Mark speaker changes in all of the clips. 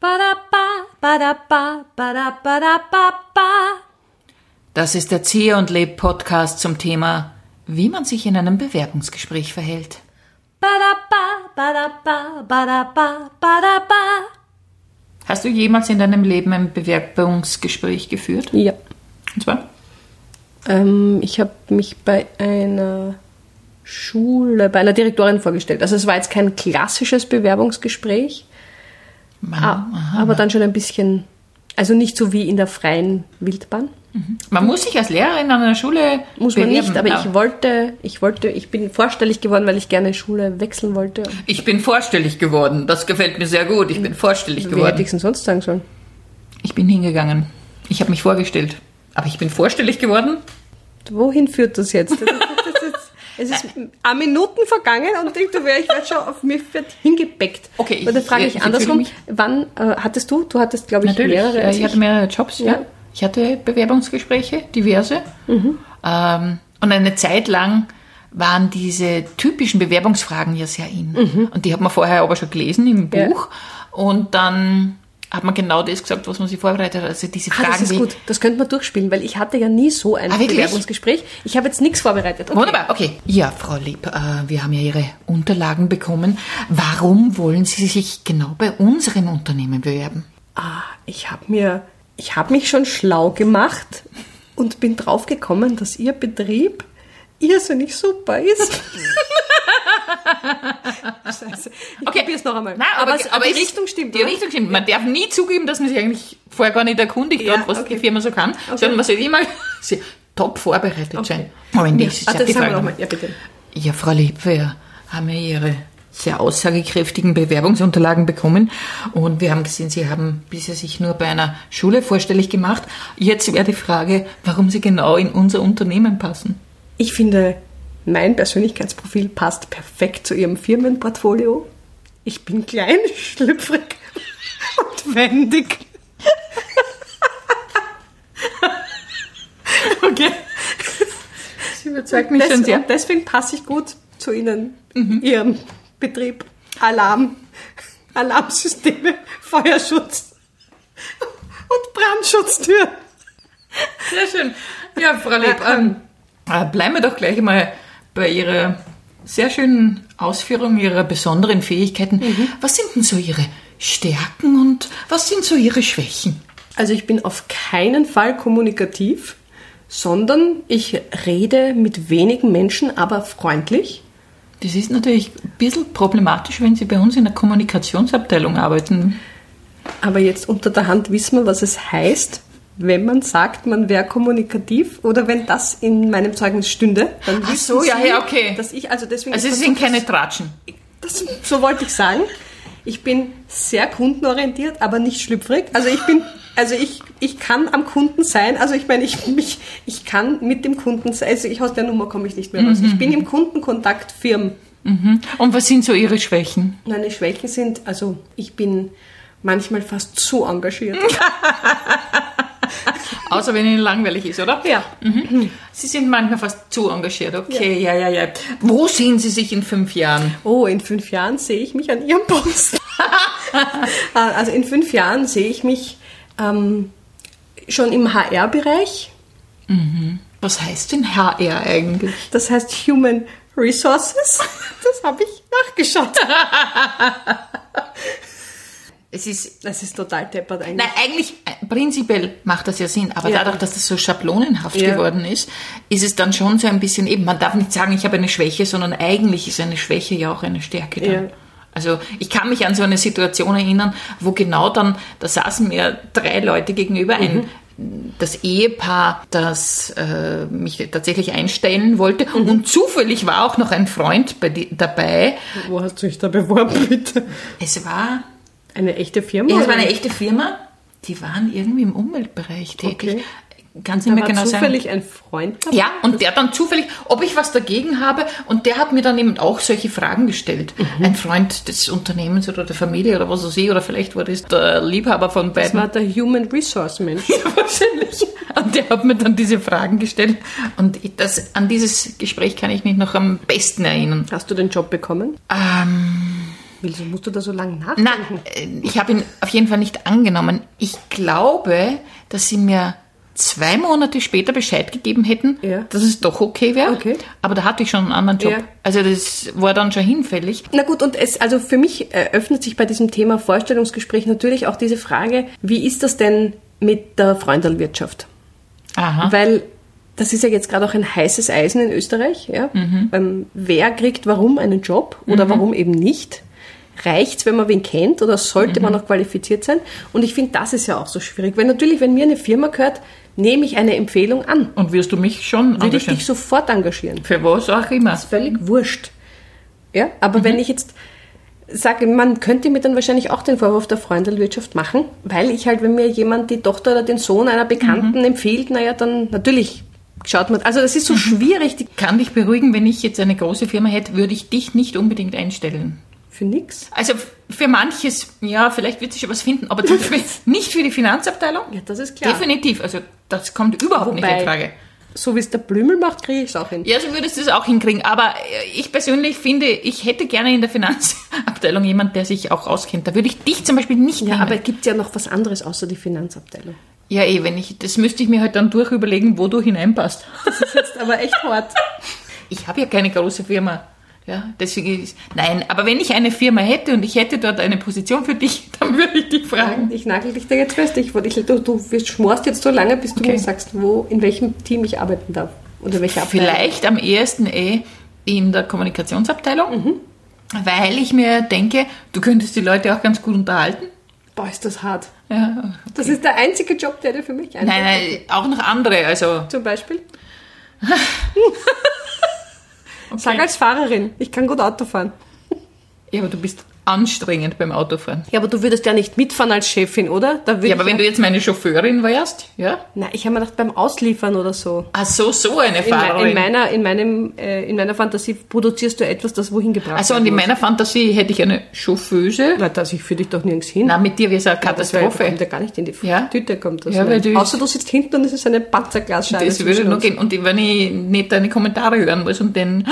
Speaker 1: Badaba, badaba, badabadababa.
Speaker 2: Das ist der Zieh und Leb Podcast zum Thema, wie man sich in einem Bewerbungsgespräch verhält.
Speaker 1: Badaba, badaba, badaba, badaba.
Speaker 2: Hast du jemals in deinem Leben ein Bewerbungsgespräch geführt?
Speaker 3: Ja.
Speaker 2: Und zwar?
Speaker 3: Ähm, ich habe mich bei einer Schule, bei einer Direktorin vorgestellt. Also es war jetzt kein klassisches Bewerbungsgespräch,
Speaker 2: Man,
Speaker 3: ah, aber dann schon ein bisschen, also nicht so wie in der freien Wildbahn.
Speaker 2: man muss sich als Lehrerin an einer Schule
Speaker 3: Muss man
Speaker 2: bewerben. genau. Ah.
Speaker 3: nicht, aber ich wollte, ich wollte, ich bin vorstellig geworden, weil ich gerne Schule wechseln wollte.
Speaker 2: Ich bin vorstellig geworden. Das gefällt mir sehr gut. Ich bin vorstellig
Speaker 3: Wie hätte
Speaker 2: geworden.
Speaker 3: ich es denn sonst sagen sollen?
Speaker 2: Ich bin hingegangen. Ich habe mich vorgestellt. Aber ich bin vorstellig geworden?
Speaker 3: Wohin führt das jetzt? Das ist, das ist, es ist an Minuten vergangen und ich dachte, ich werde schon auf mich wird hingebeckt.
Speaker 2: Okay, ich- äh,
Speaker 3: Und dann frage ich,
Speaker 2: ich- ich
Speaker 3: andersrum,
Speaker 2: fühle
Speaker 3: wann äh, hattest du? Du hattest, glaube ich,
Speaker 2: Natürlich.
Speaker 3: mehrere.
Speaker 2: Äh,
Speaker 3: als
Speaker 2: ich hatte mehrere Jobs, ja.
Speaker 3: Ja. Mhm.
Speaker 2: Ich hatte Bewerbungsgespräche, diverse. Ähm, und eine Zeit lang waren diese typischen Bewerbungsfragen ja sehr in. Und die hat man vorher aber schon gelesen im
Speaker 3: Mhm. Ja.
Speaker 2: Buch. Und dann hat man genau das gesagt, was man sich vorbereitet hat. Also diese
Speaker 3: Ah,
Speaker 2: Fragen
Speaker 3: das ist
Speaker 2: wie,
Speaker 3: gut. Das könnte man durchspielen, weil ich hatte ja nie so ein
Speaker 2: Ah, wirklich?
Speaker 3: Bewerbungsgespräch. Ich habe jetzt nichts vorbereitet. Okay.
Speaker 2: Wunderbar, okay. Ja, Frau Lieb, äh, wir haben ja Ihre Unterlagen bekommen. Warum wollen Sie sich genau bei unserem Unternehmen bewerben?
Speaker 3: Ah, ich habe mir, ich habe mich schon schlau gemacht und bin drauf gekommen, dass Ihr Betrieb irrsinnig super ist. Scheiße. Ich probier's noch einmal.
Speaker 2: Nein, aber,
Speaker 3: es-
Speaker 2: aber
Speaker 3: die
Speaker 2: es-
Speaker 3: Richtung stimmt.
Speaker 2: Die
Speaker 3: oder?
Speaker 2: Richtung stimmt. Man darf nie zugeben, dass man sich eigentlich vorher gar nicht erkundigt
Speaker 3: Ja,
Speaker 2: hat, was
Speaker 3: okay.
Speaker 2: die Firma so kann, sondern man sollte immer sehr top vorbereitet sein. Aber in
Speaker 3: Ja.
Speaker 2: dieses
Speaker 3: Ah,
Speaker 2: Jahr
Speaker 3: das
Speaker 2: die
Speaker 3: sagen wir
Speaker 2: Frage
Speaker 3: nochmal. Ja, bitte.
Speaker 2: Ja, Frau Lieb, wir haben ja Ihre sehr aussagekräftigen Bewerbungsunterlagen bekommen und wir haben gesehen, Sie haben bisher sich nur bei einer Schule vorstellig gemacht. Jetzt wäre die Frage, warum Sie genau in unser Unternehmen passen.
Speaker 3: Ich finde, mein Persönlichkeitsprofil passt perfekt zu Ihrem Firmenportfolio. Ich bin klein, schlüpfrig und wendig.
Speaker 2: Okay. Sie überzeugt mich
Speaker 3: Des-
Speaker 2: schon sehr.
Speaker 3: und deswegen passe ich gut zu Ihnen, Ihrem Betrieb. Alarm, Alarmsysteme, Feuerschutz und Brandschutztür.
Speaker 2: Sehr schön. Ja, Frau Lieb, ähm, äh, bleiben wir doch gleich mal bei Ihrer sehr schönen Ausführung Ihrer besonderen Fähigkeiten. Was sind denn so Ihre Stärken und was sind so Ihre Schwächen?
Speaker 3: Also ich bin auf keinen Fall kommunikativ, sondern ich rede mit wenigen Menschen, aber freundlich.
Speaker 2: Das ist natürlich ein bisschen problematisch, wenn Sie bei uns in der Kommunikationsabteilung arbeiten.
Speaker 3: Aber jetzt unter der Hand wissen wir, was es heißt, wenn man sagt, man wäre kommunikativ oder wenn das in meinem Zeugnis stünde, dann
Speaker 2: Ach
Speaker 3: wissen
Speaker 2: so,
Speaker 3: Sie,
Speaker 2: ja, ja, okay.
Speaker 3: dass ich also deswegen
Speaker 2: Also
Speaker 3: ich
Speaker 2: Sie sind
Speaker 3: versuche,
Speaker 2: keine Tratschen.
Speaker 3: Das, so wollte ich sagen. Ich bin sehr kundenorientiert, aber nicht schlüpfrig. Also ich bin, also ich, ich kann am Kunden sein. Also ich meine, ich mich, ich kann mit dem Kunden sein. Also ich aus der Nummer komme ich nicht mehr raus.
Speaker 2: Mhm.
Speaker 3: Ich bin im Kundenkontakt firm.
Speaker 2: Und was sind so Ihre Schwächen?
Speaker 3: Meine Schwächen sind, also ich bin manchmal fast zu engagiert.
Speaker 2: Außer wenn Ihnen langweilig ist, oder?
Speaker 3: Ja.
Speaker 2: Mhm. Sie sind manchmal fast zu engagiert. Okay, ja, ja, ja. Wo sehen Sie sich in fünf Jahren?
Speaker 3: Oh, in fünf Jahren sehe ich mich an Ihrem Post. Ah, also in fünf Jahren sehe ich mich ähm, schon im HR-Bereich.
Speaker 2: Was heißt denn HR eigentlich?
Speaker 3: Das heißt Human Resources. Das habe ich nachgeschaut.
Speaker 2: Es ist,
Speaker 3: Das ist total deppert eigentlich.
Speaker 2: nein, eigentlich äh, prinzipiell macht das ja Sinn, aber
Speaker 3: Ja.
Speaker 2: dadurch, dass das so schablonenhaft
Speaker 3: Ja.
Speaker 2: geworden ist, ist es dann schon so ein bisschen eben, man darf nicht sagen, ich habe eine Schwäche, sondern eigentlich ist eine Schwäche ja auch eine Stärke dann.
Speaker 3: Ja.
Speaker 2: Also ich kann mich an so eine Situation erinnern, wo genau dann, da saßen mir drei Leute gegenüber, ein
Speaker 3: Mhm.
Speaker 2: das Ehepaar, das äh, mich tatsächlich einstellen wollte
Speaker 3: Mhm.
Speaker 2: und zufällig war auch noch ein Freund bei, die- dabei.
Speaker 3: Wo hast du dich da beworben, bitte?
Speaker 2: Es war
Speaker 3: Eine echte Firma?
Speaker 2: Ja, es
Speaker 3: oder?
Speaker 2: war eine echte Firma. Die waren irgendwie im Umweltbereich tätig.
Speaker 3: Okay.
Speaker 2: Kann es
Speaker 3: da
Speaker 2: nicht mehr
Speaker 3: war
Speaker 2: genau sagen.
Speaker 3: zufällig ein Freund dabei.
Speaker 2: Ja, und der dann zufällig, ob ich was dagegen habe, und der hat mir dann eben auch solche Fragen gestellt.
Speaker 3: Mhm.
Speaker 2: Ein Freund des Unternehmens oder der Familie oder was weiß ich, oder vielleicht war das der Liebhaber von
Speaker 3: Das
Speaker 2: beiden.
Speaker 3: war der Human Resource Mensch.
Speaker 2: Ja, wahrscheinlich. Und der hat mir dann diese Fragen gestellt. Und ich, das, an dieses Gespräch kann ich mich noch am besten erinnern.
Speaker 3: Hast du den Job bekommen?
Speaker 2: Ähm,
Speaker 3: Wieso musst du da so lange
Speaker 2: Na,
Speaker 3: nachdenken?
Speaker 2: äh, ich habe ihn auf jeden Fall nicht angenommen. Ich glaube, dass sie mir zwei Monate später Bescheid gegeben hätten,
Speaker 3: Ja.
Speaker 2: dass es doch okay wäre.
Speaker 3: Okay.
Speaker 2: Aber da hatte ich schon einen anderen Job.
Speaker 3: Ja.
Speaker 2: Also das war dann schon hinfällig.
Speaker 3: Na gut, und es, also für mich äh, öffnet sich bei diesem Thema Vorstellungsgespräch natürlich auch diese Frage, wie ist das denn mit der Freundelwirtschaft?
Speaker 2: Aha.
Speaker 3: Weil das ist ja jetzt gerade auch ein heißes Eisen in Österreich. Ja? Ähm, wer kriegt warum einen Job oder warum eben nicht? Reicht's, wenn man wen kennt oder sollte man auch qualifiziert sein? Und ich finde, das ist ja auch so schwierig. Weil natürlich, wenn mir eine Firma gehört, nehme ich eine Empfehlung an.
Speaker 2: Und wirst du mich schon
Speaker 3: Würde ich
Speaker 2: engagieren?
Speaker 3: dich sofort engagieren
Speaker 2: Für was auch immer.
Speaker 3: völlig wurscht. Ja, aber
Speaker 2: Mhm.
Speaker 3: wenn ich jetzt sage, man könnte mir dann wahrscheinlich auch den Vorwurf der Freundelwirtschaft machen, weil ich halt, wenn mir jemand die Tochter oder den Sohn einer Bekannten
Speaker 2: Mhm.
Speaker 3: empfiehlt, naja, dann natürlich schaut man. Also das ist so schwierig die,
Speaker 2: Kann dich beruhigen, wenn ich jetzt eine große Firma hätte, würde ich dich nicht unbedingt einstellen.
Speaker 3: für nix.
Speaker 2: Also f- für manches, ja, vielleicht wird sich schon was finden, aber zum Beispiel nicht für die Finanzabteilung.
Speaker 3: Ja, das ist klar.
Speaker 2: Definitiv. Also das kommt überhaupt nicht in Frage.
Speaker 3: so wie es der Blümel macht, kriege ich es auch hin.
Speaker 2: Ja, so würdest du es auch hinkriegen. Aber äh, ich persönlich finde, ich hätte gerne in der Finanzabteilung jemand, der sich auch auskennt. Da würde ich dich zum Beispiel nicht
Speaker 3: Ja,
Speaker 2: nehmen.
Speaker 3: aber es gibt ja noch was anderes außer die Finanzabteilung.
Speaker 2: ja, eh, wenn ich, das müsste ich mir halt dann durch überlegen, wo du hineinpasst.
Speaker 3: Das ist jetzt aber echt hart.
Speaker 2: Ich habe ja keine große Firma. Ja, deswegen ist, nein, aber wenn ich eine Firma hätte und ich hätte dort eine Position für dich, dann würde ich dich fragen.
Speaker 3: Ich nagel dich da jetzt fest. Ich, wollte- ich, du, du schmorst jetzt so lange, bis du
Speaker 2: Okay.
Speaker 3: mir sagst, wo, in welchem Team ich arbeiten darf. Oder welche Abteilung.
Speaker 2: Vielleicht am ehesten eh in der Kommunikationsabteilung,
Speaker 3: Mhm.
Speaker 2: weil ich mir denke, du könntest die Leute auch ganz gut unterhalten.
Speaker 3: Boah, ist das hart.
Speaker 2: Ja.
Speaker 3: Das ist der einzige Job, der dir für mich einfällt.
Speaker 2: Nein, nein, auch noch andere, also
Speaker 3: Zum Beispiel. Sag als Fahrerin, ich kann gut Auto fahren.
Speaker 2: Ja, aber du bist anstrengend beim Autofahren.
Speaker 3: Ja, aber du würdest ja nicht mitfahren als Chefin, oder? Da würde
Speaker 2: Ja, aber wenn du jetzt meine Chauffeurin wärst, ja?
Speaker 3: Na, ich habe mir gedacht, beim Ausliefern oder so.
Speaker 2: Ach so, so eine
Speaker 3: In, mei-
Speaker 2: Fahrerin.
Speaker 3: in, meiner, in, meinem, äh, in meiner Fantasie produzierst du etwas, das wohin gebracht
Speaker 2: also und
Speaker 3: werden
Speaker 2: in
Speaker 3: muss.
Speaker 2: meiner Fantasie hätte ich eine Chauffeuse.
Speaker 3: Na, das, ich führe dich doch nirgends hin.
Speaker 2: Na, mit dir wäre es eine
Speaker 3: das wäre- kommt
Speaker 2: Katastrophe.
Speaker 3: ja gar nicht in die
Speaker 2: Ja.
Speaker 3: Tüte, kommt das.
Speaker 2: Ja, weil
Speaker 3: nicht.
Speaker 2: du-
Speaker 3: Außer du sitzt hinten und es ist eine Panzerglasscheibe.
Speaker 2: Das würde
Speaker 3: zwischen
Speaker 2: nur
Speaker 3: uns.
Speaker 2: gehen. Und wenn ich nicht deine Kommentare hören muss und dann...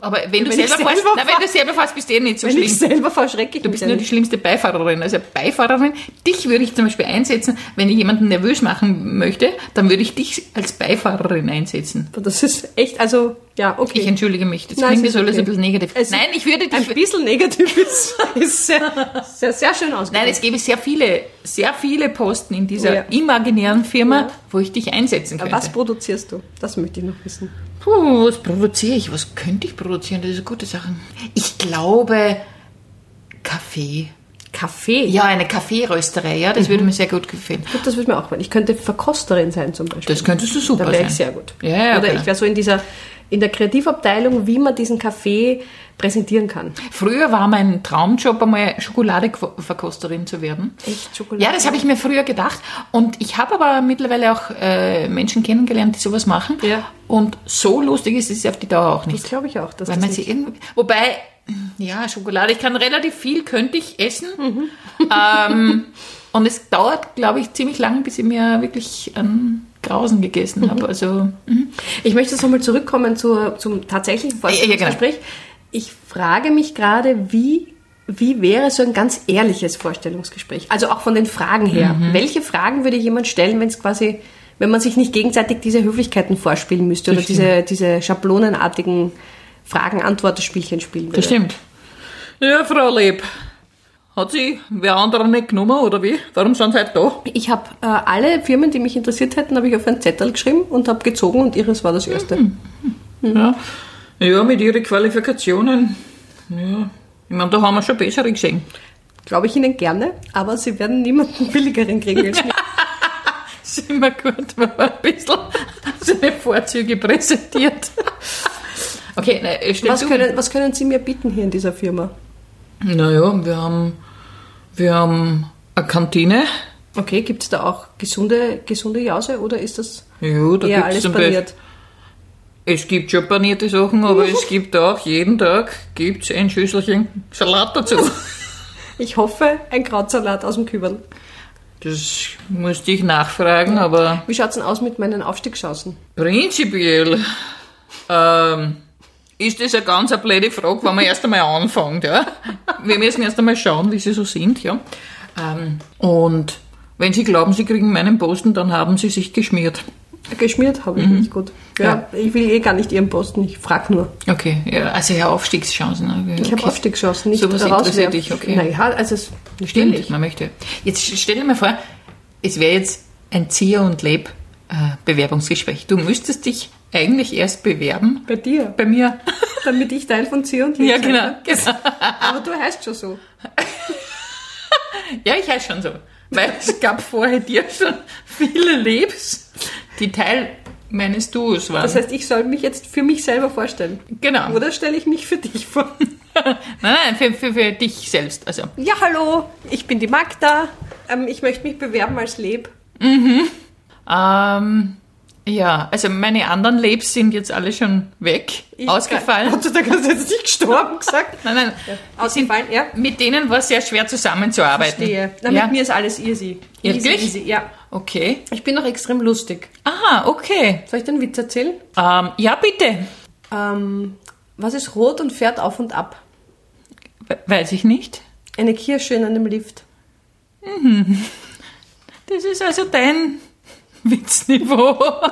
Speaker 2: Aber wenn du
Speaker 3: Ah! Wenn ich
Speaker 2: selber fährst,
Speaker 3: selber
Speaker 2: na, wenn du selber fährst, bist du eh nicht so
Speaker 3: Wenn ich
Speaker 2: schlimm.
Speaker 3: selber fahre, schreck ich
Speaker 2: Du
Speaker 3: mich
Speaker 2: bist nur
Speaker 3: ja
Speaker 2: die schlimmste Beifahrerin. Also Beifahrerin, dich würde ich zum Beispiel einsetzen, wenn ich jemanden nervös machen möchte, dann würde ich dich als Beifahrerin einsetzen.
Speaker 3: nicht. Das ist echt, also, ja, okay.
Speaker 2: Ich entschuldige mich, das
Speaker 3: Nein,
Speaker 2: klingt
Speaker 3: es
Speaker 2: jetzt
Speaker 3: ist
Speaker 2: alles
Speaker 3: okay.
Speaker 2: ein bisschen negativ.
Speaker 3: Es-
Speaker 2: Nein, ich würde
Speaker 3: ein
Speaker 2: dich...
Speaker 3: bisschen negativ ist, ist sehr, sehr, sehr schön
Speaker 2: Nein,
Speaker 3: ausgedrückt.
Speaker 2: es gäbe sehr viele, sehr viele Posten in dieser
Speaker 3: Ja.
Speaker 2: imaginären Firma, wo ich dich einsetzen könnte.
Speaker 3: Was produzierst du? Das möchte ich noch wissen.
Speaker 2: Puh, was produziere ich? Was könnte ich produzieren? Das ist eine gute Sache. Ich glaube, Kaffee.
Speaker 3: Kaffee? Ja.
Speaker 2: Ja, eine Kaffeerösterei, ja, das würde mir sehr gut gefallen.
Speaker 3: Gut, das würde mir auch wollen. Ich könnte Verkosterin sein zum Beispiel.
Speaker 2: Das könntest du super
Speaker 3: da wäre
Speaker 2: sein.
Speaker 3: ich sehr gut.
Speaker 2: Ja, ja,
Speaker 3: Oder
Speaker 2: genau.
Speaker 3: ich wäre so in dieser, in der Kreativabteilung, wie man diesen Kaffee präsentieren kann.
Speaker 2: Früher war mein Traumjob einmal Schokoladeverkosterin zu werden.
Speaker 3: Echt Schokolade?
Speaker 2: Ja, das habe ich mir früher gedacht. Und ich habe aber mittlerweile auch äh, Menschen kennengelernt, die sowas machen.
Speaker 3: Ja.
Speaker 2: Und so lustig ist es auf die Dauer auch
Speaker 3: Das
Speaker 2: nicht.
Speaker 3: glaube ich auch. Dass
Speaker 2: Weil
Speaker 3: das
Speaker 2: man sie irgendwie, wobei, ja, Schokolade, ich kann relativ viel, könnte ich essen.
Speaker 3: Mhm.
Speaker 2: ähm, und es dauert, glaube ich, ziemlich lang, bis ich mir wirklich ähm, Grausen
Speaker 3: Mhm.
Speaker 2: gegessen habe. Also,
Speaker 3: Ich möchte jetzt nochmal zurückkommen zur, zum tatsächlichen Vorstellungsgespräch. Ich frage mich gerade, wie, wie wäre so ein ganz ehrliches Vorstellungsgespräch? Also auch von den Fragen her. Welche Fragen würde jemand stellen, wenn es quasi, wenn man sich nicht gegenseitig diese Höflichkeiten vorspielen müsste oder diese, diese schablonenartigen Fragen-Antwort-Spielchen spielen würde?
Speaker 2: das stimmt. Ja, Frau Leb, hat sie wer andere nicht genommen oder wie? Warum sind sie heute da?
Speaker 3: Ich habe äh, alle Firmen, die mich interessiert hätten, habe ich auf einen Zettel geschrieben und habe gezogen und ihres war das erste.
Speaker 2: Ja, ja mit ihren Qualifikationen. Ja, ich meine, da haben wir schon bessere gesehen.
Speaker 3: Glaube ich Ihnen gerne, aber Sie werden niemanden billigeren kriegen als mich.
Speaker 2: ist immer gut, wenn man ein bisschen seine Vorzüge präsentiert. Okay, na, äh, stell
Speaker 3: Was
Speaker 2: du.
Speaker 3: können, was können Sie mir bieten hier in dieser Firma?
Speaker 2: Naja, wir haben, wir haben eine Kantine.
Speaker 3: Okay, gibt es da auch gesunde, gesunde Jause oder ist das
Speaker 2: Ja, da
Speaker 3: eher
Speaker 2: gibt's
Speaker 3: alles
Speaker 2: zum Beispiel-
Speaker 3: paniert?
Speaker 2: Es gibt schon panierte Sachen, aber es gibt auch jeden Tag gibt's ein Schüsselchen Salat dazu.
Speaker 3: Ich hoffe, ein Krautsalat aus dem Kübel.
Speaker 2: Das musste ich nachfragen, aber
Speaker 3: Wie schaut es denn aus mit meinen Aufstiegschancen?
Speaker 2: prinzipiell ähm, ist das eine ganz eine blöde Frage, wenn man erst einmal anfängt. Ja? Wir müssen erst einmal schauen, wie sie so sind. Ja? Ähm, und wenn sie glauben, sie kriegen meinen Posten, dann haben sie sich geschmiert.
Speaker 3: Geschmiert habe ich nicht gut. Mhm. Ja, Ich will eh gar nicht Ihren Posten, ich frage nur.
Speaker 2: Okay, ja, also ja, Aufstiegschancen. ne? Okay.
Speaker 3: Ich habe Aufstiegschancen, nicht
Speaker 2: So was
Speaker 3: rauswerfen.
Speaker 2: interessiert dich, okay.
Speaker 3: Naja, also es
Speaker 2: Stimmt, man möchte. Jetzt stell dir mal vor, es wäre jetzt ein Zier- und Leb-Bewerbungsgespräch. Du müsstest dich eigentlich erst bewerben
Speaker 3: Bei dir,
Speaker 2: bei mir.
Speaker 3: damit ich Teil von Zier und Lied
Speaker 2: Ja,
Speaker 3: sein
Speaker 2: genau.
Speaker 3: kann.
Speaker 2: genau.
Speaker 3: Aber du heißt schon so.
Speaker 2: Ja, ich heiße schon so. Weil es gab vorher dir schon viele Lebs, die Teil meines Duos waren.
Speaker 3: Das heißt, ich soll mich jetzt für mich selber vorstellen.
Speaker 2: genau.
Speaker 3: Oder stelle ich mich für dich vor?
Speaker 2: nein, nein, für, für, für dich selbst. Also,
Speaker 3: Ja, hallo, ich bin die Magda. Ähm, ich möchte mich bewerben als Leb.
Speaker 2: ähm, ja, also meine anderen Lebs sind jetzt alle schon weg,
Speaker 3: Ich-
Speaker 2: ausgefallen.
Speaker 3: Gott sei Dank hast du jetzt nicht gestorben gesagt.
Speaker 2: Nein, nein.
Speaker 3: Ausgefallen, ja.
Speaker 2: Mit denen war es sehr schwer zusammenzuarbeiten.
Speaker 3: Verstehe. Na,
Speaker 2: ja.
Speaker 3: Mit mir ist alles easy. Easy,
Speaker 2: Wirklich?
Speaker 3: easy, ja.
Speaker 2: Okay.
Speaker 3: Ich bin noch extrem lustig.
Speaker 2: Aha, okay.
Speaker 3: Soll ich den Witz erzählen?
Speaker 2: Ähm, ja, bitte.
Speaker 3: Ähm, was ist rot und fährt auf und ab?
Speaker 2: We- Weiß ich nicht.
Speaker 3: Eine Kirsche in einem Lift.
Speaker 2: Das ist also dein Witzniveau.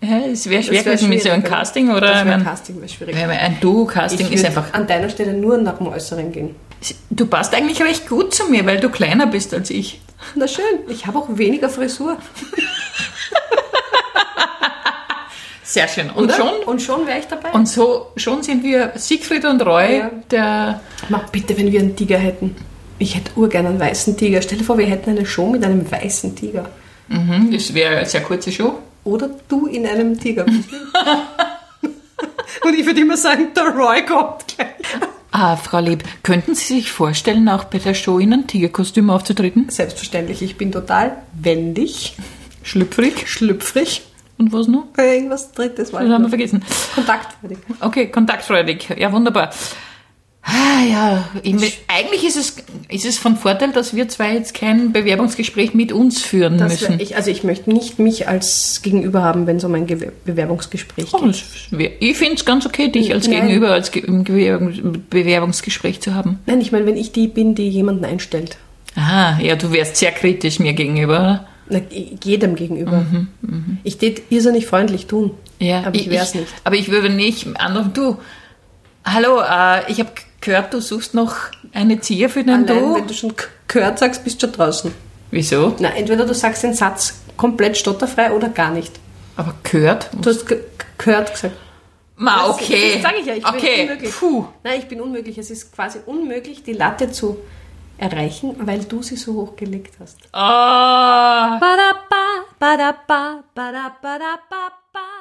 Speaker 2: ja, es wäre schwer
Speaker 3: Das wär
Speaker 2: gewesen mit so einem
Speaker 3: schwierig, ja.
Speaker 2: Casting oder
Speaker 3: Das wäre
Speaker 2: ein,
Speaker 3: ein Casting, wäre schwierig.
Speaker 2: ein, ein Du-Casting ist
Speaker 3: würd
Speaker 2: einfach.
Speaker 3: an deiner Stelle nur nach dem Äußeren gehen.
Speaker 2: Du passt eigentlich recht gut zu mir, weil du kleiner bist als ich.
Speaker 3: Na schön, ich habe auch weniger Frisur.
Speaker 2: Sehr schön. Und
Speaker 3: Oder?
Speaker 2: schon.
Speaker 3: Und schon wäre ich dabei.
Speaker 2: Und so schon sind wir Siegfried und Roy,
Speaker 3: Ja.
Speaker 2: der
Speaker 3: Ma, bitte, wenn wir einen Tiger hätten. Ich hätte urgern einen weißen Tiger. Stell dir vor, wir hätten eine Show mit einem weißen Tiger.
Speaker 2: mhm, das wäre eine sehr kurze Show.
Speaker 3: Oder du in einem Tiger. Und ich würde immer sagen, der Roy kommt gleich.
Speaker 2: Ah, Frau Leb, könnten Sie sich vorstellen, auch bei der Show in einem Tigerkostüm aufzutreten?
Speaker 3: Selbstverständlich, ich bin total wendig,
Speaker 2: Schlüpfrig.
Speaker 3: schlüpfrig.
Speaker 2: Und was noch?
Speaker 3: Äh, Irgendwas drittes war
Speaker 2: Das haben wir
Speaker 3: ich
Speaker 2: vergessen.
Speaker 3: noch. Kontaktwürdig.
Speaker 2: Okay, kontaktfreudig. Ja, wunderbar. Ah, ja, ich will- eigentlich ist es, ist es von Vorteil, dass wir zwei jetzt kein Bewerbungsgespräch mit uns führen
Speaker 3: Das wär,
Speaker 2: müssen.
Speaker 3: ich, also ich möchte nicht mich als Gegenüber haben, wenn es um ein Gewer- Bewerbungsgespräch
Speaker 2: Oh,
Speaker 3: geht.
Speaker 2: das wär, ich finde es ganz okay, dich als
Speaker 3: Nein.
Speaker 2: Gegenüber als Ge im Gewerbungs- Bewerbungsgespräch zu haben.
Speaker 3: Nein, ich meine, wenn ich die bin, die jemanden einstellt.
Speaker 2: Aha, ja, du wärst sehr kritisch mir gegenüber. oder?
Speaker 3: Na, j- jedem gegenüber. Ich tät irrsinnig freundlich tun.
Speaker 2: Mhm, Ja,
Speaker 3: aber ich wär's nicht.
Speaker 2: Aber ich würde nicht anrufen, du, hallo, äh, ich habe gehört, du suchst noch eine Zier für den
Speaker 3: Allein,
Speaker 2: Du.
Speaker 3: wenn du schon k- gehört sagst, bist du schon draußen.
Speaker 2: Wieso?
Speaker 3: Na, entweder du sagst den Satz komplett stotterfrei oder gar nicht.
Speaker 2: Aber gehört?
Speaker 3: Du hast g- g- gehört gesagt.
Speaker 2: Ma,
Speaker 3: Das-
Speaker 2: Ah, okay.
Speaker 3: Das sage ich ja, ich bin
Speaker 2: okay.
Speaker 3: unmöglich.
Speaker 2: Puh.
Speaker 3: Nein, ich bin unmöglich. Es ist quasi unmöglich, die Latte zu erreichen, weil du sie so hoch gelegt hast.
Speaker 2: Ah.
Speaker 1: ba da ba ba da ba ba da ba da ba ba